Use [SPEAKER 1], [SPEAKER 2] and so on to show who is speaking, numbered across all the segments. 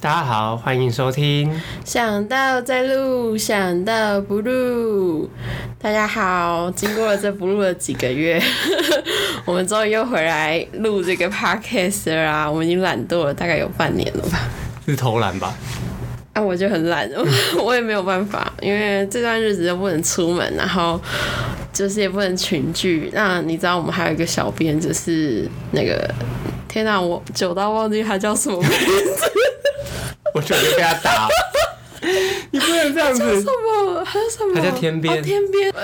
[SPEAKER 1] 大家好，欢迎收听。
[SPEAKER 2] 想到在录，想到不录。大家好，经过了这不录的几个月， 我们终于又回来录这个 podcast 了啊啦。我们已经懒惰了大概有半年了吧。
[SPEAKER 1] 是偷懒吧？
[SPEAKER 2] 啊，我就很懒， 我也没有办法，因为这段日子又不能出门，然后就是也不能群聚。那你知道我们还有一个小编，就是那个，天哪、我久到忘记他叫什么名字，
[SPEAKER 1] 我准备被他 打。你不能这样
[SPEAKER 2] 叫什
[SPEAKER 1] 子。
[SPEAKER 2] 么？还有什么？
[SPEAKER 1] 他叫天边
[SPEAKER 2] 哦天边、呃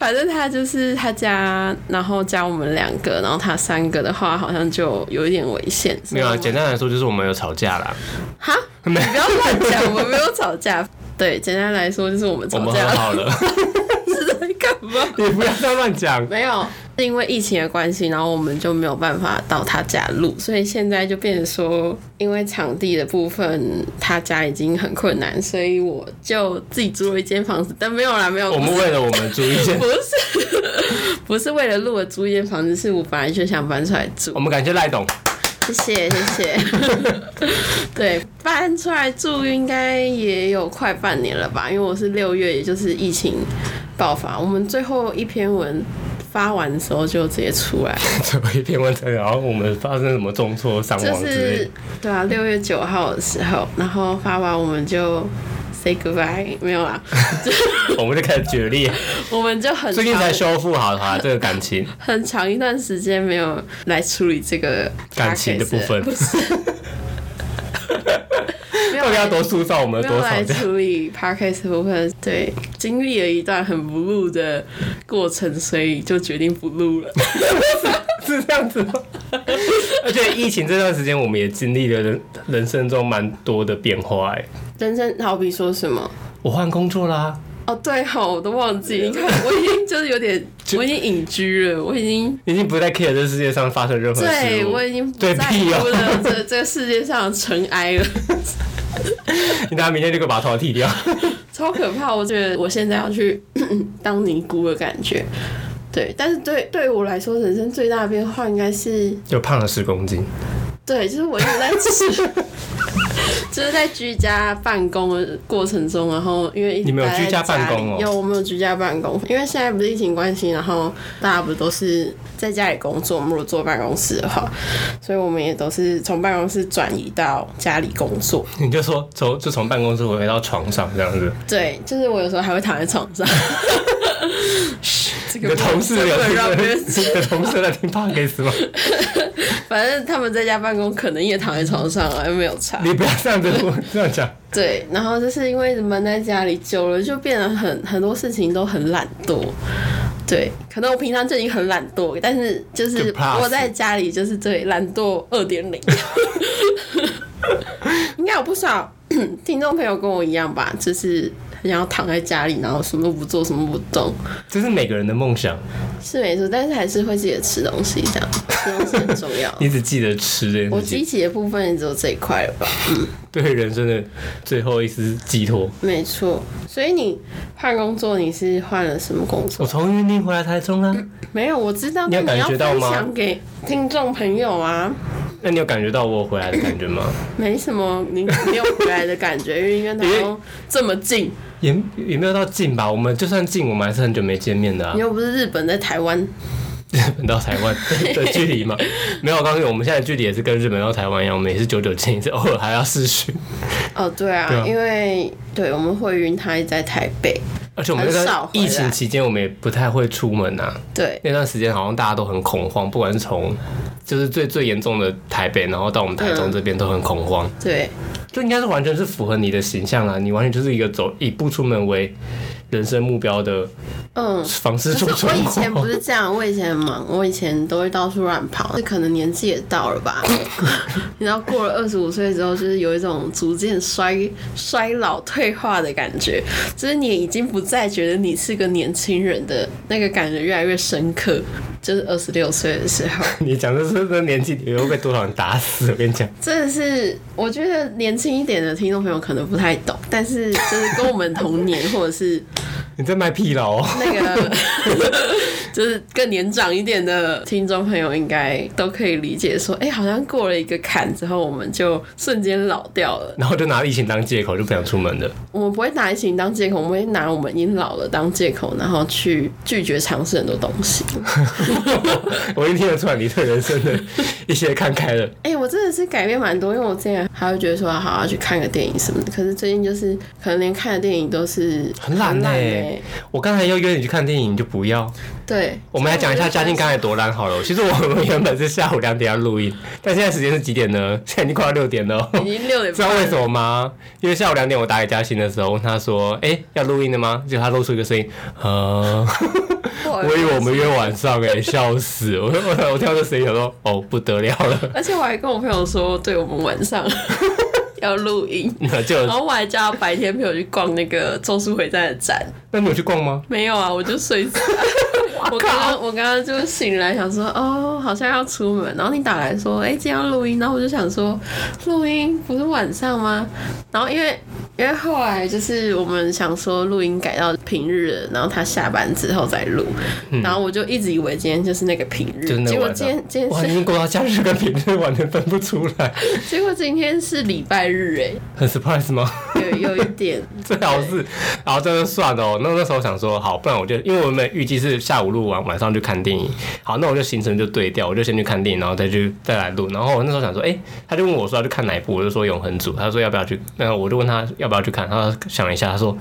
[SPEAKER 2] 反正他就是他家，然后加我们两个，然后他三个的话，好像就有一点危险。所
[SPEAKER 1] 没
[SPEAKER 2] 以
[SPEAKER 1] 有
[SPEAKER 2] 我
[SPEAKER 1] 啊，
[SPEAKER 2] 们
[SPEAKER 1] 简单来说就是我们有吵架啦，
[SPEAKER 2] 哈，你不要乱讲，我们没有吵架。对，简单来说就是我们
[SPEAKER 1] 我
[SPEAKER 2] 吵
[SPEAKER 1] 们
[SPEAKER 2] 架
[SPEAKER 1] 和好
[SPEAKER 2] 了，
[SPEAKER 1] 了。
[SPEAKER 2] 是在干嘛？
[SPEAKER 1] 你不要再乱讲。
[SPEAKER 2] 没有，是因为疫情的关系，然后我们就没有办法到他家录，所以现在就变成说，因为场地的部分他家已经很困难，所以我就自己租了一间房子，但没有啦，没有，
[SPEAKER 1] 我
[SPEAKER 2] 不
[SPEAKER 1] 们
[SPEAKER 2] 是
[SPEAKER 1] 为了我们租 一间
[SPEAKER 2] 不，是，不是 为了录了租一间房子，是我本来就想搬出来住
[SPEAKER 1] 我。们感谢赖董。
[SPEAKER 2] 谢谢，谢谢。 对，搬出来住应该也有快半年了吧？因为我是六月，也就是疫情爆发，我们最后一篇文发完的时候就直接出来了。
[SPEAKER 1] 最后一篇文章，然后我们发生什么重挫、伤
[SPEAKER 2] 就
[SPEAKER 1] 亡之类
[SPEAKER 2] 是
[SPEAKER 1] 的。
[SPEAKER 2] 对啊，六月九号的时候，然后发完我们就 say goodbye，没有 啦，
[SPEAKER 1] 我们就开始决裂。
[SPEAKER 2] 我们就很
[SPEAKER 1] 最近才
[SPEAKER 2] 长
[SPEAKER 1] 修复好他这个感 情，
[SPEAKER 2] 很长一段时间没有来处理这个
[SPEAKER 1] 感情的
[SPEAKER 2] podcast
[SPEAKER 1] 部分
[SPEAKER 2] 不是，没有
[SPEAKER 1] 到底要
[SPEAKER 2] 来
[SPEAKER 1] 多塑造我们
[SPEAKER 2] 没
[SPEAKER 1] 有多
[SPEAKER 2] 有
[SPEAKER 1] 吵
[SPEAKER 2] 来
[SPEAKER 1] 架？
[SPEAKER 2] 处理 podcast 部分，对，经历了一段很不录的过程，所以就决定不录 了。啊
[SPEAKER 1] 是这样子吗？而且疫情这段时间，我们也经历了人人生中蛮多的变化、哎，
[SPEAKER 2] 人生好比说什么？
[SPEAKER 1] 我换工作啦，
[SPEAKER 2] 哦，对哈、我都忘记。你看，我已经就是有点，我已经隐居了，我已经
[SPEAKER 1] 已经不再 care 这世界上发生任何
[SPEAKER 2] 对
[SPEAKER 1] 事物
[SPEAKER 2] 我。已经不
[SPEAKER 1] 对
[SPEAKER 2] 在
[SPEAKER 1] 屁
[SPEAKER 2] 乎
[SPEAKER 1] 哦
[SPEAKER 2] 了这这个世界上的尘埃了，
[SPEAKER 1] 你等下明天就给我把头发剃掉。
[SPEAKER 2] 超可怕！我觉得我现在要去 当尼姑的感觉。对，但是对对我来说，人生最大的变化应该是
[SPEAKER 1] 就胖了十公斤，
[SPEAKER 2] 对，就是我一直在吃， 就是在居家办公的过程中，然后因为一直
[SPEAKER 1] 你们有
[SPEAKER 2] 待在
[SPEAKER 1] 居家办公哦
[SPEAKER 2] 家里有，我们有居家办公，因为现在不是疫情关系，然后大家不都是在家里工作，我们如果坐办公室的话，所以我们也都是从办公室转移到家里工作。
[SPEAKER 1] 你就说从就从办公室回到床上这样子。
[SPEAKER 2] 对，就是我有时候还会躺在床上。嘘 这
[SPEAKER 1] 你
[SPEAKER 2] 个
[SPEAKER 1] 的同事有
[SPEAKER 2] 不能
[SPEAKER 1] 听
[SPEAKER 2] 让别 人
[SPEAKER 1] 你的同事在听 podcast 吗？
[SPEAKER 2] 反正他们在家办公可能也躺在床上啊，又没有差。
[SPEAKER 1] 你不要这样子我这样讲。
[SPEAKER 2] 对，然后就是因为闷在家里久了，就变得很很多事情都很懒惰。对，可能我平常就已经很懒惰，但是就
[SPEAKER 1] 就
[SPEAKER 2] 是
[SPEAKER 1] plus
[SPEAKER 2] 我在家里就是对懒惰二点零。 应该有不少 听众朋友跟我一样吧，就是很想要躺在家里，然后什么都不做，什么都不动，
[SPEAKER 1] 这是每个人的梦想，。
[SPEAKER 2] 是没错，但是还是会记得吃东西，这样吃东西很重要
[SPEAKER 1] 你只记得吃这件
[SPEAKER 2] 我
[SPEAKER 1] 事
[SPEAKER 2] 积
[SPEAKER 1] 情，
[SPEAKER 2] 极的部分也只有这一块了吧。
[SPEAKER 1] 对人生的最后一丝寄托。
[SPEAKER 2] 没错，所以你换工作，你是换了什么工
[SPEAKER 1] 我
[SPEAKER 2] 作？
[SPEAKER 1] 从云林回来台中啊，
[SPEAKER 2] 没有，我知道，
[SPEAKER 1] 你有
[SPEAKER 2] 但你要
[SPEAKER 1] 感觉到
[SPEAKER 2] 分
[SPEAKER 1] 吗
[SPEAKER 2] 享给听众朋友啊，
[SPEAKER 1] 那你有感觉到我回来的感觉吗？
[SPEAKER 2] 没什么，你没有回来的感觉，因为跟台中这么近，
[SPEAKER 1] 也也没有到近吧，我们就算近，我们还是很久没见面的啊
[SPEAKER 2] 你。又不是日本，在台湾，
[SPEAKER 1] 日本到台 湾的距离嘛，没有，我告诉你，我们现在的距离也是跟日本到台湾一样，我们也是久久见一次，偶尔还要视 讯，
[SPEAKER 2] 哦，对啊，
[SPEAKER 1] 对啊
[SPEAKER 2] 因为对我们会晕，他也在台北，
[SPEAKER 1] 而且我们那
[SPEAKER 2] 很少
[SPEAKER 1] 个
[SPEAKER 2] 回来
[SPEAKER 1] 疫情期间，我们也不太会出门啊。
[SPEAKER 2] 对，
[SPEAKER 1] 那段时间好像大家都很恐慌，不管是从就是最最严重的台北，然后到我们台中这边都很恐慌，
[SPEAKER 2] 对，
[SPEAKER 1] 就应该是完全是符合你的形象啊，你完全就是一个走以不出门为人生目标的
[SPEAKER 2] 嗯。
[SPEAKER 1] 方 式
[SPEAKER 2] 可
[SPEAKER 1] 做
[SPEAKER 2] 是我
[SPEAKER 1] 生
[SPEAKER 2] 以前不
[SPEAKER 1] 活。
[SPEAKER 2] 是这样，我以前很忙，我以前都会到处乱跑，是可能年纪也到了吧。你知道，过了二十五岁之后，就是有一种逐渐衰衰老、退化的感觉，就是你已经不再觉得你是个年轻人的那个感觉越来越深刻。就是二十六岁的时候，
[SPEAKER 1] 你讲的是这年纪，你会被多少人打死？我跟你讲，
[SPEAKER 2] 真的是我觉得年轻一点的听众朋友可能不太懂，但是就是跟我们同年或者是
[SPEAKER 1] 你在卖屁了哦。
[SPEAKER 2] 那个就是更年长一点的听众朋友应该都可以理解说，哎、好像过了一个坎之后，我们就瞬间老掉了。
[SPEAKER 1] 然后就拿疫情当借口，就不想出门了。
[SPEAKER 2] 我们不会拿疫情当借口，我们会拿我们已经老了当借口，然后去拒绝尝试很多东西。
[SPEAKER 1] 我一听得出来你对人生的一些看开了。
[SPEAKER 2] 哎、我真的是改变蛮多，因为我之前还会觉得说好要去看个电影什么的，可是最近就是可能连看的电影都是欸
[SPEAKER 1] 很懒
[SPEAKER 2] 呢、
[SPEAKER 1] 呢、我刚才要约你去看电影，你就不要。
[SPEAKER 2] 对，
[SPEAKER 1] 我们来讲一下嘉靖刚才多懒好了。其实我们原本是下午两点要录音，但现在时间是几点呢？现在已经快要六点了哦。
[SPEAKER 2] 已经六点
[SPEAKER 1] 知道
[SPEAKER 2] 半
[SPEAKER 1] 为
[SPEAKER 2] 了。
[SPEAKER 1] 什么吗？因为下午两点我打给嘉欣的时候，问他说：“哎、要录音的吗？”结果他露出一个声音，呃，
[SPEAKER 2] 我
[SPEAKER 1] 我以为我们约晚上、哎，笑死！我我我听到这声音，我说：“哦，不得了了。
[SPEAKER 2] 而且我还跟我朋友说，对我们晚上 要录音”，
[SPEAKER 1] 那就
[SPEAKER 2] 然后我还叫他白天陪我去逛那个《咒术回战》的展，
[SPEAKER 1] 那你有去逛吗？
[SPEAKER 2] 没有啊，我就睡 死了。我刚刚我刚刚就醒来，想说哦，好像要出门，然后你打来说，哎、今天要录音，然后我就想说，录音不是晚上吗？然后因为因为后来就是我们想说录音改到平日了，然后他下班之后再录，然后我就一直以为今天就是那个平日，
[SPEAKER 1] 嗯就是那
[SPEAKER 2] 结
[SPEAKER 1] 个
[SPEAKER 2] 果
[SPEAKER 1] 晚
[SPEAKER 2] 今
[SPEAKER 1] 上
[SPEAKER 2] 天今天
[SPEAKER 1] 哇，
[SPEAKER 2] 是
[SPEAKER 1] 已经过到假日跟平日，完全分不出来，
[SPEAKER 2] 结果今天是礼拜日哎、
[SPEAKER 1] 很 surprise 吗？
[SPEAKER 2] 有有一点
[SPEAKER 1] 最好是，然后这就算了、哦。那那时候想说，好，不然我就因为我们预计是下午录完，晚上去看电影。好，那我就行程就对调，我就先去看电影，然后再去再来录。然后我那时候想说，哎、他就问我说要去看哪一部，我就说《永恒族》，他说要不要去，那我就问他要不要去看，他想了一下，他说。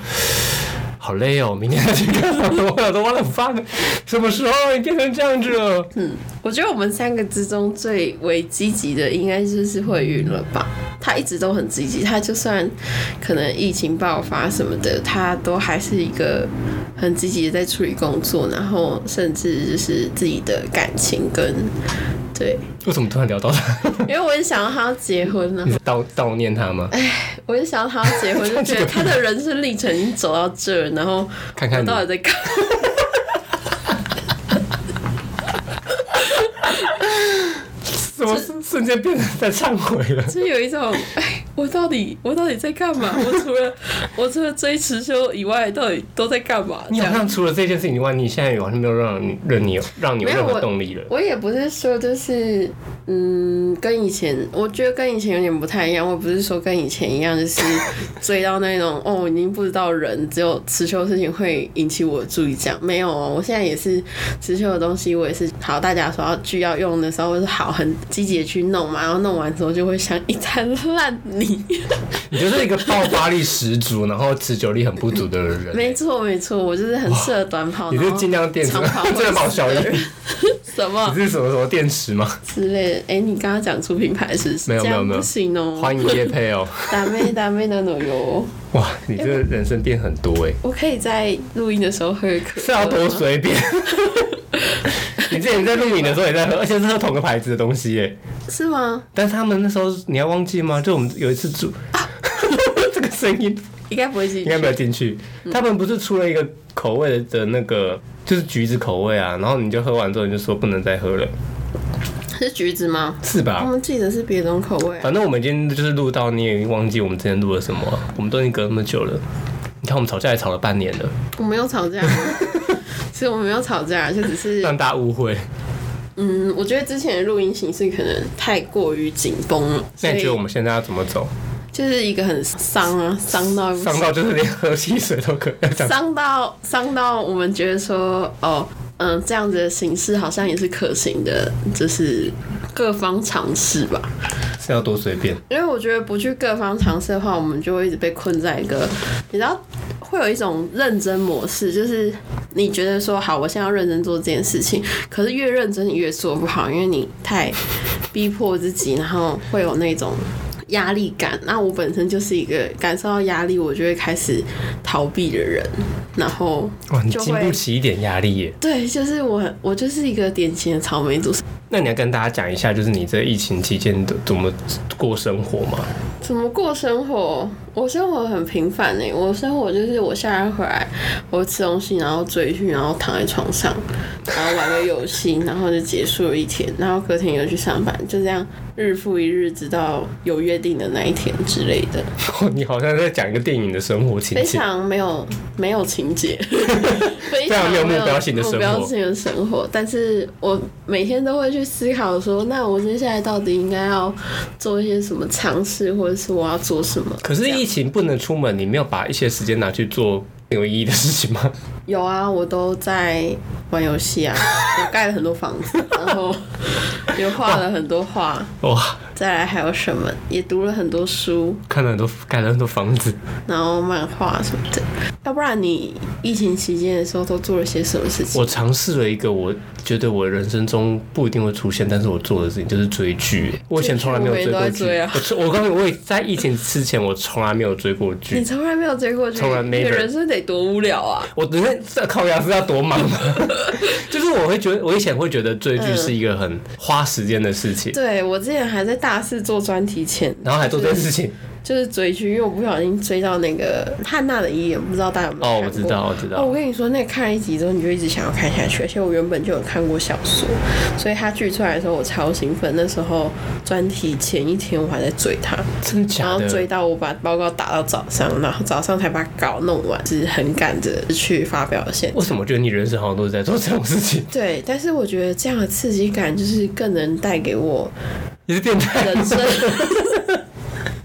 [SPEAKER 1] 好累哦，明天再去看。 我想说，我很烦，什么时候你变成这样子了？
[SPEAKER 2] 我觉得我们三个之中最为积极的，应该就是慧云了吧？他一直都很积极，他就算可能疫情爆发什么的，他都还是一个很积极的在处理工作，然后甚至就是自己的感情跟对，
[SPEAKER 1] 为什么突然聊到他？
[SPEAKER 2] 因为我也想到他要结婚了
[SPEAKER 1] 你，是悼悼念他吗？
[SPEAKER 2] 哎我也想到他要结婚，就觉得他的人生历程已经走到这儿，然后
[SPEAKER 1] 看看
[SPEAKER 2] 我
[SPEAKER 1] 你
[SPEAKER 2] 到底在干嘛？
[SPEAKER 1] 怎么瞬间变得在忏悔了？
[SPEAKER 2] 就有一种，哎，我到底我到底在干 嘛？我除了我除了追持修以外，到底都在干嘛？这
[SPEAKER 1] 你好
[SPEAKER 2] 样
[SPEAKER 1] 像除了这件事情以外，你现在有完全没有让你让你有让你有
[SPEAKER 2] 没有
[SPEAKER 1] 任何
[SPEAKER 2] 我
[SPEAKER 1] 动力 了。
[SPEAKER 2] 我也不是说就是，嗯，跟以前，我觉得跟以前有点不太一样。我也不是说跟以前一样，就是 追到那种哦，我已经不知道人，只有持修的事情会引起我的注意这样。没有哦，我现在也是持修的东西，我也是好，大家说要剧要用的时候，我是好很积极的去弄嘛，然后弄完之后就会像一滩烂泥。
[SPEAKER 1] 你就是一个爆发力十足，然后持久力很不足的人。
[SPEAKER 2] 没错没错，我就是很适合短跑，
[SPEAKER 1] 你
[SPEAKER 2] 然
[SPEAKER 1] 是
[SPEAKER 2] 后
[SPEAKER 1] 尽量电池
[SPEAKER 2] 长跑，
[SPEAKER 1] 这个好小
[SPEAKER 2] 一
[SPEAKER 1] 一
[SPEAKER 2] 点，
[SPEAKER 1] 你
[SPEAKER 2] 什么
[SPEAKER 1] 是什么什么电池吗？
[SPEAKER 2] 之类的。哎、你刚刚讲出品牌是不是
[SPEAKER 1] 没有
[SPEAKER 2] 这样
[SPEAKER 1] 没有没有
[SPEAKER 2] 不行 哦、
[SPEAKER 1] 欢迎叶配哦！
[SPEAKER 2] 打妹打妹那种哟，
[SPEAKER 1] 哇，你这个人生变很多哎，
[SPEAKER 2] 我可以在录音的时候喝可乐，
[SPEAKER 1] 是要多随便。 你之前在录影的时候也在喝，而且是喝同个牌子的东西耶。
[SPEAKER 2] 是吗？
[SPEAKER 1] 但是他们那时候你要忘记吗？就我们有一次煮， 这个声音
[SPEAKER 2] 应该不会进
[SPEAKER 1] 应该
[SPEAKER 2] 去。
[SPEAKER 1] 没有进去。
[SPEAKER 2] 嗯
[SPEAKER 1] 他们不是出了一个口味的那个，就是橘子口味啊，然后你就喝完之后你就说不能再喝了，
[SPEAKER 2] 是橘子吗？
[SPEAKER 1] 是
[SPEAKER 2] 我
[SPEAKER 1] 吧？
[SPEAKER 2] 们记得是别种口味、啊。
[SPEAKER 1] 反正我们今天就是录到，你也忘记我们之前录了什么啊、我们都已经隔那么久了。你看我们吵架也吵了半年了，
[SPEAKER 2] 我没有吵 架吗，其实我们没有吵架，就只是
[SPEAKER 1] 让大家误会。
[SPEAKER 2] 嗯，我觉得之前的录音形式可能太过于紧绷了，所
[SPEAKER 1] 那你
[SPEAKER 2] 以
[SPEAKER 1] 觉得我们现在要怎么走？
[SPEAKER 2] 就是一个很伤啊，伤到不行
[SPEAKER 1] 伤到就是连喝汽水都可以要讲。
[SPEAKER 2] 伤到伤到，我们觉得说，哦，嗯、这样子的形式好像也是可行的，就是呃各方尝试吧。
[SPEAKER 1] 是要多随便？
[SPEAKER 2] 因为我觉得不去各方尝试的话，我们就会一直被困在一个，你知道，会有一种认真模式，就是你觉得说好，我现在要认真做这件事情，可是越认真你越做不好，因为你太逼迫自己，然后会有那种。压力感，那我本身就是一个感受到压力，我就会开始逃避的人，然后
[SPEAKER 1] 哇，你
[SPEAKER 2] 就
[SPEAKER 1] 经
[SPEAKER 2] 会
[SPEAKER 1] 不起一点压力耶。
[SPEAKER 2] 对，就是我，我就是一个典型的草莓族，
[SPEAKER 1] 那你要跟大家讲一下，就是你这疫情期间的怎么过生活吗？
[SPEAKER 2] 怎么过生活？我生活很平凡呢、我生活就是我下班回来，我吃东西，然后追剧，然后躺在床上，然后玩个游戏，然后就结束了一天，然后隔天又去上班，就这样。日复一日，直到有约定的那一天之类的，
[SPEAKER 1] 你好像在讲一个电影的生活情
[SPEAKER 2] 非
[SPEAKER 1] 节。
[SPEAKER 2] 常没有没有 情节，非
[SPEAKER 1] 常没有目标性的生活
[SPEAKER 2] 目标性的生活。但是我每天都会去思考说，那我接下来到底应该要做一些什么尝试，或者是我要做什么？
[SPEAKER 1] 可是
[SPEAKER 2] 这样
[SPEAKER 1] 疫情不能出门，你没有把一些时间拿去做有意义的事情吗？
[SPEAKER 2] 有啊，我都在玩游戏啊，我盖了很多房子，然后也画了很多画，
[SPEAKER 1] 哇，
[SPEAKER 2] 再来还有什么？也读了很多书，
[SPEAKER 1] 看了很多，盖了很多房子。
[SPEAKER 2] 然后漫画什么的。要不然你疫情期间的时候都做了些什么事情？
[SPEAKER 1] 我尝试了一个我觉得我人生中不一定会出现，但是我做的事情就是追剧。我以前从来没有追过剧
[SPEAKER 2] 追啊，
[SPEAKER 1] 我从我告诉你，我也在疫情之前我从来没有追过
[SPEAKER 2] 你
[SPEAKER 1] 剧。
[SPEAKER 2] 从来没有追过剧，
[SPEAKER 1] 从来
[SPEAKER 2] 你的
[SPEAKER 1] never
[SPEAKER 2] 人生得多无聊啊！
[SPEAKER 1] 我人生这靠牙是要多忙 吗？就是我会觉得，我以前会觉得追
[SPEAKER 2] 嗯
[SPEAKER 1] 剧是一个很花时间的事情，
[SPEAKER 2] 对我之前还在大四做专题前，
[SPEAKER 1] 然后还做这件事
[SPEAKER 2] 嗯
[SPEAKER 1] 情。
[SPEAKER 2] 就是追剧，因为我不小心追到那个汉娜的遗言，不知道大家有没有
[SPEAKER 1] 哦，
[SPEAKER 2] 看
[SPEAKER 1] 我知
[SPEAKER 2] 过
[SPEAKER 1] 道，我知
[SPEAKER 2] 哦，
[SPEAKER 1] 道
[SPEAKER 2] 我。跟你说，那看了一集之后，你就一直想要看下去。而且我原本就有看过小说，所以它剧出来的时候，我超兴奋。那时候专题前一天，我还在追它，
[SPEAKER 1] 真的
[SPEAKER 2] 然
[SPEAKER 1] 假
[SPEAKER 2] 后追
[SPEAKER 1] 的？
[SPEAKER 2] 到我把报告打到早上，然后早上才把稿弄完，是很赶着去发表的现场
[SPEAKER 1] 为什么我觉得你人生好像都是在做这种事情？
[SPEAKER 2] 对，但是我觉得这样的刺激感就是更能带给我
[SPEAKER 1] 你是变态，
[SPEAKER 2] 人生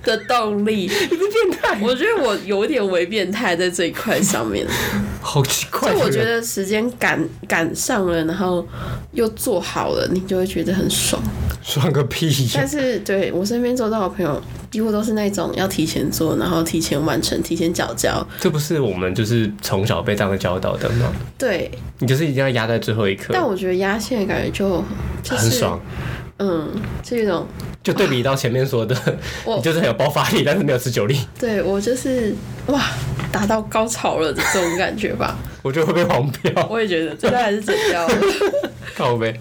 [SPEAKER 2] 的动力。
[SPEAKER 1] 你是变态，
[SPEAKER 2] 我觉得我有点微变态在这一块上面。
[SPEAKER 1] 好奇怪
[SPEAKER 2] 就
[SPEAKER 1] 的人。
[SPEAKER 2] 我觉得时间赶赶上了，然后又做好了，你就会觉得很爽。
[SPEAKER 1] 算个屁呀！
[SPEAKER 2] 但是对我身边做到的朋友，几乎都是那种要提前做，然后提前完成，提前缴交。
[SPEAKER 1] 这不是我们就是从小被这样教导的吗？
[SPEAKER 2] 对，
[SPEAKER 1] 你就是一定要压在最后一刻，
[SPEAKER 2] 但我觉得压线的感觉就就是
[SPEAKER 1] 很爽。
[SPEAKER 2] 嗯，是一种
[SPEAKER 1] 就对比到前面说的，
[SPEAKER 2] 我
[SPEAKER 1] 你就是很有爆发力，但是没有持久力，
[SPEAKER 2] 对我就是哇达到高潮了的这种感觉吧。
[SPEAKER 1] 我觉得会被黄标
[SPEAKER 2] 我也觉得，最后还是剪掉了。
[SPEAKER 1] 靠呗。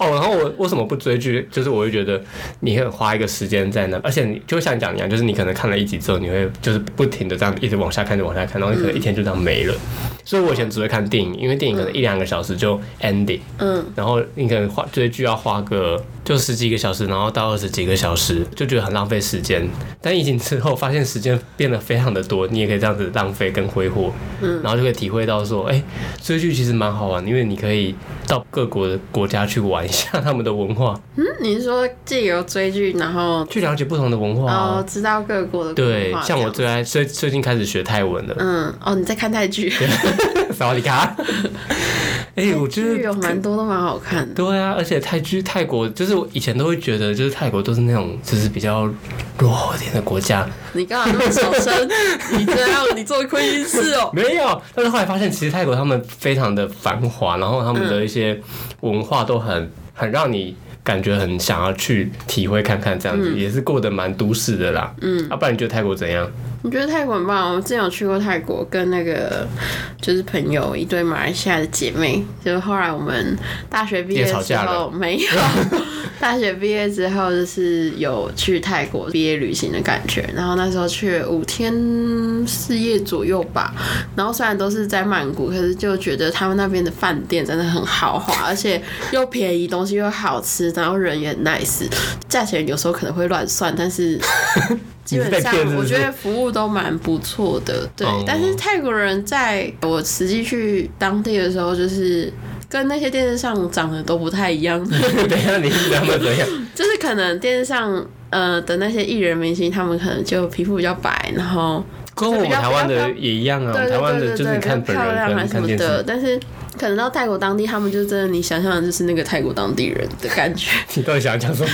[SPEAKER 1] 哦，然后我为什么不追剧？就是我会觉得你很花一个时间在那，而且你就像你讲一样，就是你可能看了一集之后，你会就是不停的这样一直往下看，一直往下看，然后你可能一天就这样没了。所以我以前只会看电影，因为电影可能一两个小时就 ending，
[SPEAKER 2] 嗯，
[SPEAKER 1] 然后你可能花追剧要花个就十几个小时，然后到二十几个小时，就觉得很浪费时间。但疫情之后，发现时间变得非常的多，你也可以这样子浪费跟挥霍，嗯，然后就可以体会到说，哎、追剧其实蛮好玩的，因为你可以到各国的国家去玩一下他们的文化，
[SPEAKER 2] 嗯你是说借由追剧，然后
[SPEAKER 1] 去了解不同的文化、
[SPEAKER 2] 然后
[SPEAKER 1] 啊。
[SPEAKER 2] 知道各国的
[SPEAKER 1] 对
[SPEAKER 2] 哦文化，
[SPEAKER 1] 像
[SPEAKER 2] 这
[SPEAKER 1] 我
[SPEAKER 2] 样
[SPEAKER 1] 最爱最最近开始学泰文 了，
[SPEAKER 2] 嗯，哦，你在看泰剧？
[SPEAKER 1] 扫你 卡。哎、我觉
[SPEAKER 2] 剧有
[SPEAKER 1] 得
[SPEAKER 2] 蛮多都蛮好看的。
[SPEAKER 1] 对啊，而且泰剧泰国就是我以前都会觉得，就是泰国都是那种就是比较弱一点的国家，
[SPEAKER 2] 你干嘛那么小 声？你这样你做婚姻事哦。
[SPEAKER 1] 没有。但是后来发现，其实泰国他们非常的繁华，然后他们的一些文化都很很让你。感觉很想要去体会看看，这样
[SPEAKER 2] 嗯
[SPEAKER 1] 子、也是过得蛮都市的啦。嗯，要、不然你觉得泰国怎样？
[SPEAKER 2] 你觉得泰国很棒？我之前有去过泰国，跟那个就是朋友一对马来西亚的姐妹，就是后来我们大学毕业
[SPEAKER 1] 也吵
[SPEAKER 2] 之
[SPEAKER 1] 架
[SPEAKER 2] 后
[SPEAKER 1] 了
[SPEAKER 2] 没有， 大学毕业之后就是有去泰国毕业旅行的感觉。然后那时候去了五天四夜左右吧，然后虽然都是在曼谷，可是就觉得他们那边的饭店真的很豪华，而且又便宜，东西又好吃，然后人也很 nice，价钱有时候可能会乱算，但是基本
[SPEAKER 1] 你是被
[SPEAKER 2] 上
[SPEAKER 1] 骗是不是
[SPEAKER 2] 我觉得服务都蛮不错的。对
[SPEAKER 1] 哦，
[SPEAKER 2] 但是泰国人在我实际去当地的时候，就是跟那些电视上长得都不太 一样，
[SPEAKER 1] 等一下你是他们怎样？
[SPEAKER 2] 就是可能电视上。呃的那些艺人明星，他们可能就皮肤比较白，然后
[SPEAKER 1] 跟我们
[SPEAKER 2] 比较
[SPEAKER 1] 台湾
[SPEAKER 2] 比较
[SPEAKER 1] 的也一样啊，
[SPEAKER 2] 对对
[SPEAKER 1] 台湾
[SPEAKER 2] 对
[SPEAKER 1] 的
[SPEAKER 2] 对
[SPEAKER 1] 就是
[SPEAKER 2] 对，
[SPEAKER 1] 你
[SPEAKER 2] 比较
[SPEAKER 1] 看本
[SPEAKER 2] 漂亮
[SPEAKER 1] 人
[SPEAKER 2] 啊
[SPEAKER 1] 跟
[SPEAKER 2] 什
[SPEAKER 1] 看
[SPEAKER 2] 么
[SPEAKER 1] 电
[SPEAKER 2] 的，
[SPEAKER 1] 视，
[SPEAKER 2] 但是可能到泰国当地，他们就真的你想象的就是那个泰国当地人的感觉。
[SPEAKER 1] 你到底想讲什么？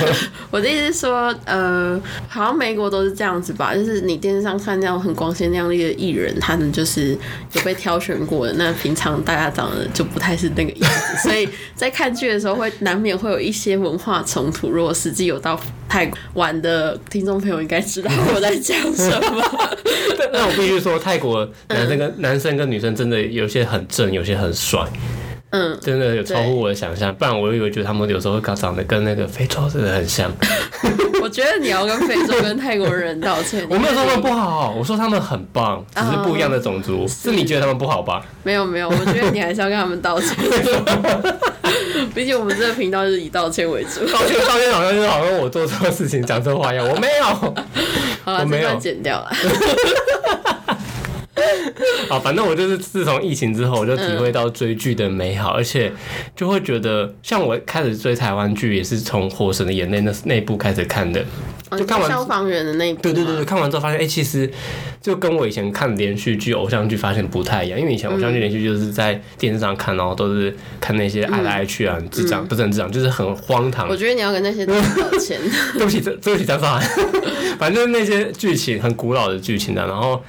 [SPEAKER 2] 我的意思是说，呃，好像美国都是这样子吧，就是你电视上看那种很光鲜亮丽的艺人，他们就是有被挑选过的。那平常大家长得就不太是那个样子，所以在看剧的时候会难免会有一些文化冲突。如果实际有到泰国玩的听众朋友，应该知道我在讲什 么。
[SPEAKER 1] 那我必须说，泰国男生跟、男生跟女生真的有些很正，有些很帅，
[SPEAKER 2] 嗯，
[SPEAKER 1] 真的有超乎我的想象。不然我以为觉得他们有时候会长得跟那个非洲真的很像。
[SPEAKER 2] 我觉得你要跟非洲跟泰国人道歉。
[SPEAKER 1] 我没有说他们不好，我说他们很棒，只是不一样的种
[SPEAKER 2] 哦
[SPEAKER 1] 族。是你觉得他们不好吧？
[SPEAKER 2] 没有没有，我觉得你还是要跟他们道歉。毕竟我们这个频道是以道歉为主。
[SPEAKER 1] 道歉道歉好像就是好像我做错事情讲错话一样，我没有。
[SPEAKER 2] 好了，
[SPEAKER 1] 我没
[SPEAKER 2] 这
[SPEAKER 1] 有
[SPEAKER 2] 段剪掉了。
[SPEAKER 1] 啊，反正我就是自从疫情之后，我就体会到追剧的美好，而且就会觉得，像我开始追台湾剧也是从《火神的眼泪》那那一部开始看的。
[SPEAKER 2] 哦
[SPEAKER 1] 就看完
[SPEAKER 2] 消防员的那一部。
[SPEAKER 1] 对对对对，，看完之后发现，哎、其实就跟我以前看连续剧、偶像剧发现不太一样，因为以前偶像剧、连续剧就是在电视上看，然后都是看那些爱来爱去啊，很智障不是很智障，就是很荒唐
[SPEAKER 2] 我。觉得你要跟那些人道歉。
[SPEAKER 1] 对不起，对不起，张韶涵。 反正就是那些剧情很古老的剧情啊的，然后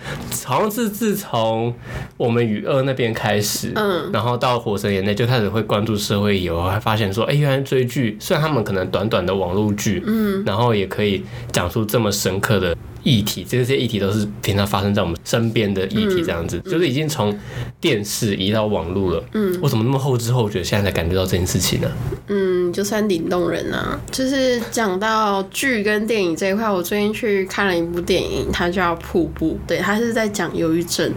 [SPEAKER 1] 好像是自从我们与恶那边开始，
[SPEAKER 2] 嗯，
[SPEAKER 1] 然后到火神眼泪就开始会关注社会以后，还发现说，哎、原来追剧，虽然他们可能短短的网络剧，嗯，然后也可以讲出这么深刻的议题，这些议题都是平常发生在我们身边的议
[SPEAKER 2] 嗯
[SPEAKER 1] 题，这样子，就是已经从电视移到网络了，嗯，我怎么那么后知后觉，现在才感觉到这件事情呢、
[SPEAKER 2] 嗯，就算灵动人啊。就是讲到剧跟电影这一块，我最近去看了一部电影，它叫《瀑布》，对，它是在讲忧郁症，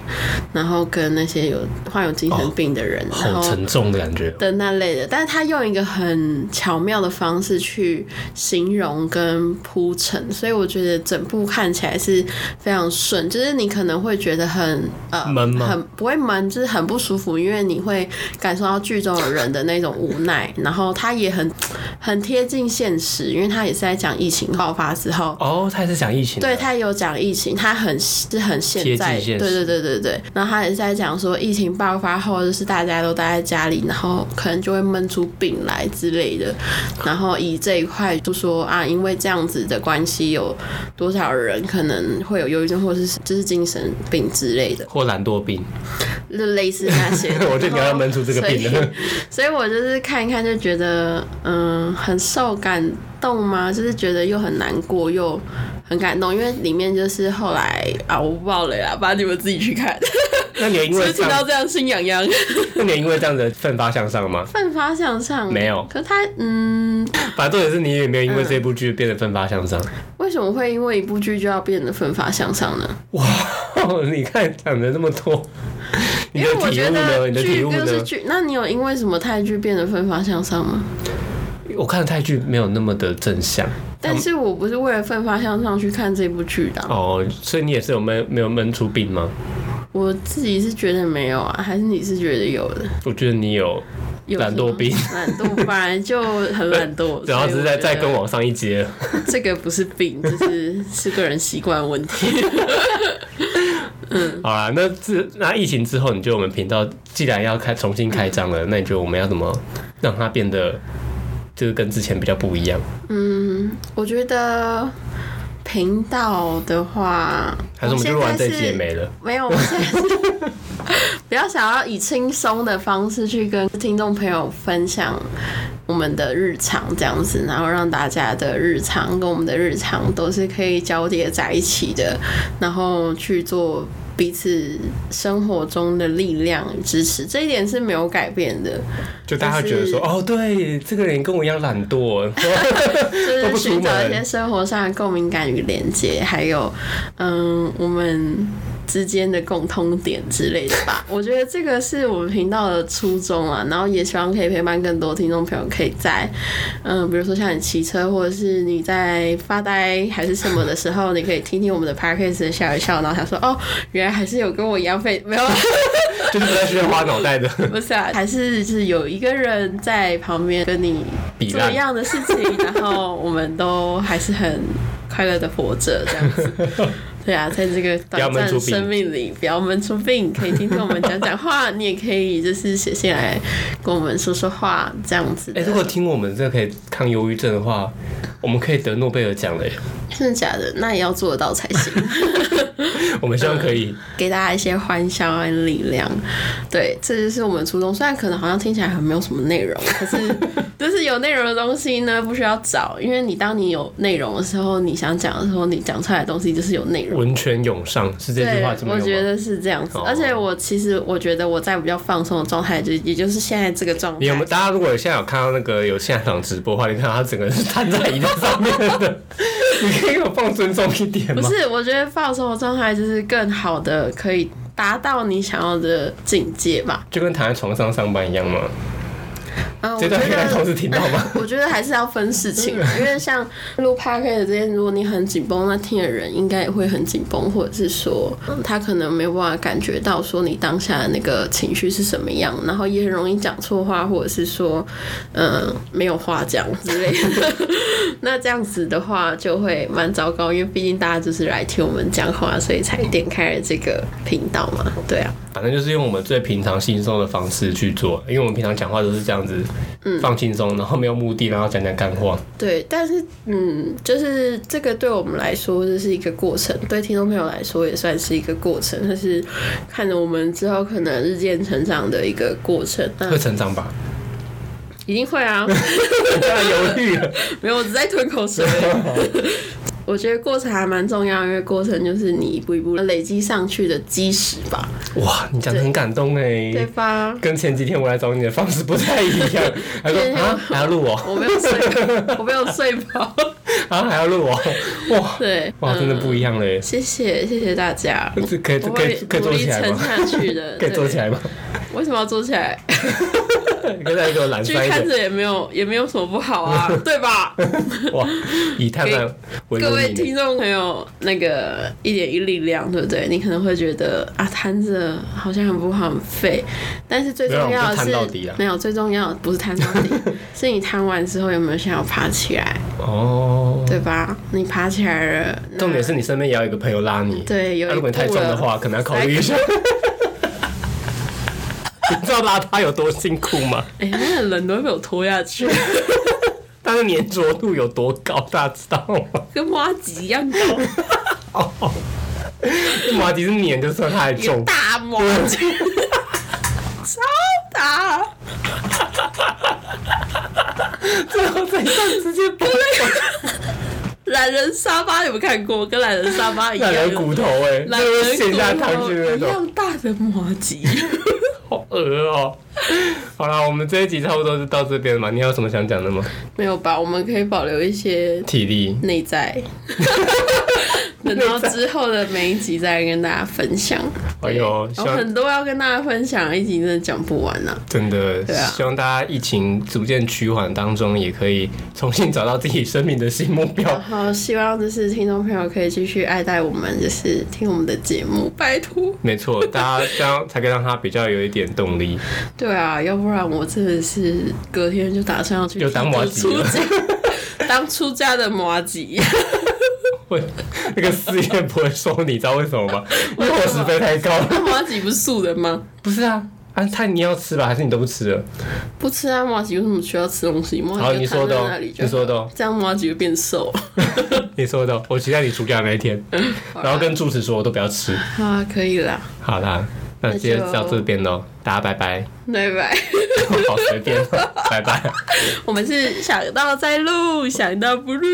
[SPEAKER 2] 然后跟那些有患有精神病的人，然
[SPEAKER 1] 哦好
[SPEAKER 2] 后
[SPEAKER 1] 沉重的感觉，
[SPEAKER 2] 的那类的，但是他用一个很巧妙的方式去形容跟铺陈，所以我觉得整部看起来是非常顺，就是你可能会觉得很呃
[SPEAKER 1] 闷吗
[SPEAKER 2] 很不会闷，就是很不舒服，因为你会感受到剧中的人的那种无奈，然后他也很很贴近现实，因为他也是在讲疫情爆发之后
[SPEAKER 1] 哦，他也是讲疫情的，
[SPEAKER 2] 对他也有讲疫情，他很是很现在，
[SPEAKER 1] 贴近现
[SPEAKER 2] 对
[SPEAKER 1] 实
[SPEAKER 2] 对对对对。然后他也是在讲说，疫情爆发后，就是大家都待在家里，然后可能就会闷出病来之类的。然后以这一块就说啊，因为这样子的关系，有多少人可能会有忧郁症，或者是就是精神病之类的，
[SPEAKER 1] 或懒惰病，。
[SPEAKER 2] 就类似那些
[SPEAKER 1] 我就给他闷出这个病
[SPEAKER 2] 然后
[SPEAKER 1] 了。
[SPEAKER 2] 所以，所以我就是看一看就觉得，嗯，很受感动吗？就是觉得又很难过又。很感动，因为里面就是后来啊，我不爆雷啦，把你们自己去看。
[SPEAKER 1] 那你有因
[SPEAKER 2] 就
[SPEAKER 1] 为
[SPEAKER 2] 是
[SPEAKER 1] 这
[SPEAKER 2] 听到
[SPEAKER 1] 样，
[SPEAKER 2] 这样心 痒痒，
[SPEAKER 1] 那你有因为这样的奋发向上吗？
[SPEAKER 2] 奋发向上。
[SPEAKER 1] 没有
[SPEAKER 2] 可他嗯，
[SPEAKER 1] 反正重点是你也没有因为这部剧变得奋发向上。
[SPEAKER 2] 为什么会因为一部剧就要变得奋发向上呢？
[SPEAKER 1] 哦，你看讲的那么多，你
[SPEAKER 2] 因
[SPEAKER 1] 的
[SPEAKER 2] 为我
[SPEAKER 1] 体
[SPEAKER 2] 觉
[SPEAKER 1] 悟呢？
[SPEAKER 2] 得
[SPEAKER 1] 你的体
[SPEAKER 2] 剧
[SPEAKER 1] 悟
[SPEAKER 2] 就是
[SPEAKER 1] 呢？
[SPEAKER 2] 剧，那你有因为什么泰剧变得奋发向上吗？
[SPEAKER 1] 我看的泰剧没有那么的正向
[SPEAKER 2] 但是我不是为了奋发向上去看这部剧的啊、
[SPEAKER 1] 哦，所以你也是有闷没有闷出病吗？
[SPEAKER 2] 我自己是觉得没有啊，还是你是觉得有的？
[SPEAKER 1] 我觉得你有，
[SPEAKER 2] 有
[SPEAKER 1] 懒惰病，
[SPEAKER 2] 是吗， 懒惰本来就很懒惰
[SPEAKER 1] 然后只是在在跟
[SPEAKER 2] 我
[SPEAKER 1] 往上一阶了。
[SPEAKER 2] 觉得这个不是病， 就是是个人习惯问题。
[SPEAKER 1] 好啦，那自那疫情之后，你觉得我们频道既然要开重新开张了，那你觉得我们要怎么让它变得就是跟之前比较不一样？
[SPEAKER 2] 我觉得频道的话，
[SPEAKER 1] 还是我们就录完这一集也
[SPEAKER 2] 没
[SPEAKER 1] 没了？
[SPEAKER 2] 没有，我现在是比较想要以轻松的方式去跟听众朋友分享。我们的日常这样子，然后让大家的日常跟我们的日常都是可以交叠在一起的，然后去做彼此生活中的力量与支持，这一点是没有改变的。
[SPEAKER 1] 就大家会觉得说，
[SPEAKER 2] 就
[SPEAKER 1] 哦，对，这个人跟我一样懒 惰，
[SPEAKER 2] 就是寻找一
[SPEAKER 1] 都不出
[SPEAKER 2] 些
[SPEAKER 1] 门
[SPEAKER 2] 生活上的共鸣感与连接，还有嗯我们之间的共通点之类的吧。 我觉得这个是我们频道的初衷啊，然后也希望可以陪伴更多听众朋友，可以在嗯比如说像你骑车或者是你在发呆还是什么的时候，你可以听听我们的 podcast 笑一笑，然后想说哦，原来还是有跟我一样费没有。
[SPEAKER 1] 就是不太需要花脑袋的
[SPEAKER 2] 不是啊，还是就是有一个人在旁边跟你
[SPEAKER 1] 比
[SPEAKER 2] 做
[SPEAKER 1] 烂
[SPEAKER 2] 一。样的事 情，然后我们都还是很快乐的活着这样子。 对啊，在这个
[SPEAKER 1] 要
[SPEAKER 2] 短
[SPEAKER 1] 闷出病
[SPEAKER 2] 暂生命里，不要闷出病，可以听听我们讲讲话，你也可以就是写信来跟我们说说话这样子的。
[SPEAKER 1] 哎、如果听我们这个可以抗忧郁症的话，我们可以得诺贝尔奖嘞。
[SPEAKER 2] 真的假的，那也要做得到才行。
[SPEAKER 1] 我们希望可以。
[SPEAKER 2] 给大家一些欢笑和力量。对，这就是我们初衷。虽然可能好像听起来很没有什么内容，可是就是有内容的东西呢，不需要找，因为你当你有内容的时候，你想讲的时候，你讲出来的东西就是有内容。
[SPEAKER 1] 文泉涌上是这句
[SPEAKER 2] 对
[SPEAKER 1] 话这，么
[SPEAKER 2] 我
[SPEAKER 1] 用
[SPEAKER 2] 觉
[SPEAKER 1] 吗？
[SPEAKER 2] 得是这样子。
[SPEAKER 1] 哦
[SPEAKER 2] 而且我其实我觉得我在比较放松的状态，就也就是现在这个状态。
[SPEAKER 1] 你有没有？大家如果现在有看到那个有现场直播的话，你看到他整个人是瘫在椅子上面的， 你可以给我放尊重一点
[SPEAKER 2] 不
[SPEAKER 1] 吗？
[SPEAKER 2] 是，我觉得放松的状态就是更好的可以达到你想要的境界吧。
[SPEAKER 1] 就跟躺在床上上班一样吗？
[SPEAKER 2] 嗯，我
[SPEAKER 1] 这
[SPEAKER 2] 觉
[SPEAKER 1] 段可以让同
[SPEAKER 2] 得。
[SPEAKER 1] 事听到吗？
[SPEAKER 2] 我觉得还是要分事情 啊，因为像录 p o d c a s 这件，如果你很紧绷，那听的人应该也会很紧绷，或者是说、嗯他可能没有办法感觉到说你当下的那个情绪是什么样，然后也很容易讲错话，或者是说嗯没有话讲之类的。 那这样子的话就会蛮糟糕，因为毕竟大家就是来听我们讲话，所以才点开了这个频道嘛。对啊，
[SPEAKER 1] 反正就是用我们最平常轻松的方式去做，因为我们平常讲话都是这样子，
[SPEAKER 2] 嗯
[SPEAKER 1] 放轻松，然后没有目的，然后讲讲干话。
[SPEAKER 2] 对，但是嗯，就是这个对我们来说这是一个过程，对听众朋友来说也算是一个过程，就是看着我们之后可能日渐成长的一个过程。那
[SPEAKER 1] 会成长吧？
[SPEAKER 2] 一定会啊，
[SPEAKER 1] 当然犹豫了。
[SPEAKER 2] 没有，我只在吞口水而已。 我觉得过程还蛮重要，因为过程就是你一步一步累积上去的基石吧，
[SPEAKER 1] 哇，你讲的很感动
[SPEAKER 2] 对
[SPEAKER 1] 哎，
[SPEAKER 2] 吧？
[SPEAKER 1] 跟前几天我来找你的方式不太一 样。他说
[SPEAKER 2] 对
[SPEAKER 1] 啊，还要 录我
[SPEAKER 2] 我没有睡，我没有睡饱。
[SPEAKER 1] 啊，还要录
[SPEAKER 2] 嗯
[SPEAKER 1] 我，哇
[SPEAKER 2] 对，
[SPEAKER 1] 哇，真的
[SPEAKER 2] 嗯
[SPEAKER 1] 不一样嘞。
[SPEAKER 2] 谢谢谢谢大家，
[SPEAKER 1] 这可以
[SPEAKER 2] 我
[SPEAKER 1] 可
[SPEAKER 2] 会
[SPEAKER 1] 以可以
[SPEAKER 2] 努
[SPEAKER 1] 做
[SPEAKER 2] 力
[SPEAKER 1] 起来
[SPEAKER 2] 撑
[SPEAKER 1] 吗？
[SPEAKER 2] 下去的。
[SPEAKER 1] 可以做
[SPEAKER 2] 对
[SPEAKER 1] 起来吗？
[SPEAKER 2] 为什么要做起来？
[SPEAKER 1] 跟大家给我懒
[SPEAKER 2] 剧
[SPEAKER 1] 散一
[SPEAKER 2] 看
[SPEAKER 1] 点。
[SPEAKER 2] 着也没有也没有什么不好 啊，对吧？
[SPEAKER 1] 哇，以探探为
[SPEAKER 2] 各位
[SPEAKER 1] 荣你
[SPEAKER 2] 听众朋友，那个一点一力量，对不对？你可能会觉得啊，摊着好像很不好，很废。但是最重
[SPEAKER 1] 没有
[SPEAKER 2] 要
[SPEAKER 1] 我们就
[SPEAKER 2] 的
[SPEAKER 1] 摊
[SPEAKER 2] 是
[SPEAKER 1] 到底啊，
[SPEAKER 2] 没有最重要的不是摊到 底，是你摊完之后有没有想要爬起来，
[SPEAKER 1] 哦。
[SPEAKER 2] 对吧？你爬起来了，那
[SPEAKER 1] 重点是你身边也要有一个朋友拉你。
[SPEAKER 2] 对，有
[SPEAKER 1] 那
[SPEAKER 2] 一
[SPEAKER 1] 如果你太
[SPEAKER 2] 步
[SPEAKER 1] 重的
[SPEAKER 2] 了
[SPEAKER 1] 话，可能要考虑一 下。你知道拉他有多辛苦吗？
[SPEAKER 2] 哎、那个人都会被我拖 下去，
[SPEAKER 1] 他的粘着度有多高，大家知道吗？
[SPEAKER 2] 跟挖吉一样高，
[SPEAKER 1] 马吉是粘就算他还
[SPEAKER 2] 一个
[SPEAKER 1] 重，
[SPEAKER 2] 大麻将， 超大。
[SPEAKER 1] 最
[SPEAKER 2] 啊
[SPEAKER 1] 后在上直接崩
[SPEAKER 2] 懒人沙发有没有看过？跟懒人沙发一样，
[SPEAKER 1] 烂人骨头哎、
[SPEAKER 2] 懒
[SPEAKER 1] 就
[SPEAKER 2] 人
[SPEAKER 1] 是陷下
[SPEAKER 2] 骨
[SPEAKER 1] 汤
[SPEAKER 2] 头哎
[SPEAKER 1] 去的那
[SPEAKER 2] 一
[SPEAKER 1] 种，
[SPEAKER 2] 样大的摩吉。
[SPEAKER 1] 好恶哦、好啦，我们这一集差不多就到这边了嘛。你还有什么想讲的吗？
[SPEAKER 2] 没有吧？我们可以保留一些
[SPEAKER 1] 体力，
[SPEAKER 2] 内在，等到之后的每一集再跟大家分享。
[SPEAKER 1] 哎呦，希
[SPEAKER 2] 有
[SPEAKER 1] 望
[SPEAKER 2] 哦很多要跟大家分享，一集真的讲不完啊！
[SPEAKER 1] 真的、
[SPEAKER 2] 对啊
[SPEAKER 1] 希望大家疫情逐渐趋缓当中，也可以重新找到自己生命的新目标。
[SPEAKER 2] 然后希望就是听众朋友可以继续爱戴我们，就是听我们的节目，拜托。
[SPEAKER 1] 没错，大家这样才可以让他比较有一点动力。
[SPEAKER 2] 对啊，要不然我真的是隔天就打算要去
[SPEAKER 1] 又当麻吉
[SPEAKER 2] 出
[SPEAKER 1] 了
[SPEAKER 2] 家，当出家的麻吉。
[SPEAKER 1] 会那个寺院不会收你，知道为什么吗？因为伙食费太高了。
[SPEAKER 2] 那麻吉不是素的吗？
[SPEAKER 1] 不是啊，啊，他你要吃吧，还是你都不吃了？
[SPEAKER 2] 不吃啊，麻吉为什么需要吃东西？麻
[SPEAKER 1] 好，
[SPEAKER 2] 吉
[SPEAKER 1] 你
[SPEAKER 2] 就
[SPEAKER 1] 说
[SPEAKER 2] 摊
[SPEAKER 1] 的、
[SPEAKER 2] 在
[SPEAKER 1] 哦
[SPEAKER 2] 那里，就
[SPEAKER 1] 你说的、哦，
[SPEAKER 2] 这样麻吉就变瘦。
[SPEAKER 1] 你说的哦、我期待你暑假那一天，
[SPEAKER 2] 好 啦
[SPEAKER 1] 然后跟住持说我都不要吃。
[SPEAKER 2] 好啊，可以啦，
[SPEAKER 1] 好啦，那今天到这边喽，大家拜 拜。
[SPEAKER 2] 拜拜。
[SPEAKER 1] 好随便哦，拜拜。
[SPEAKER 2] 我们是想到再录，想到不录。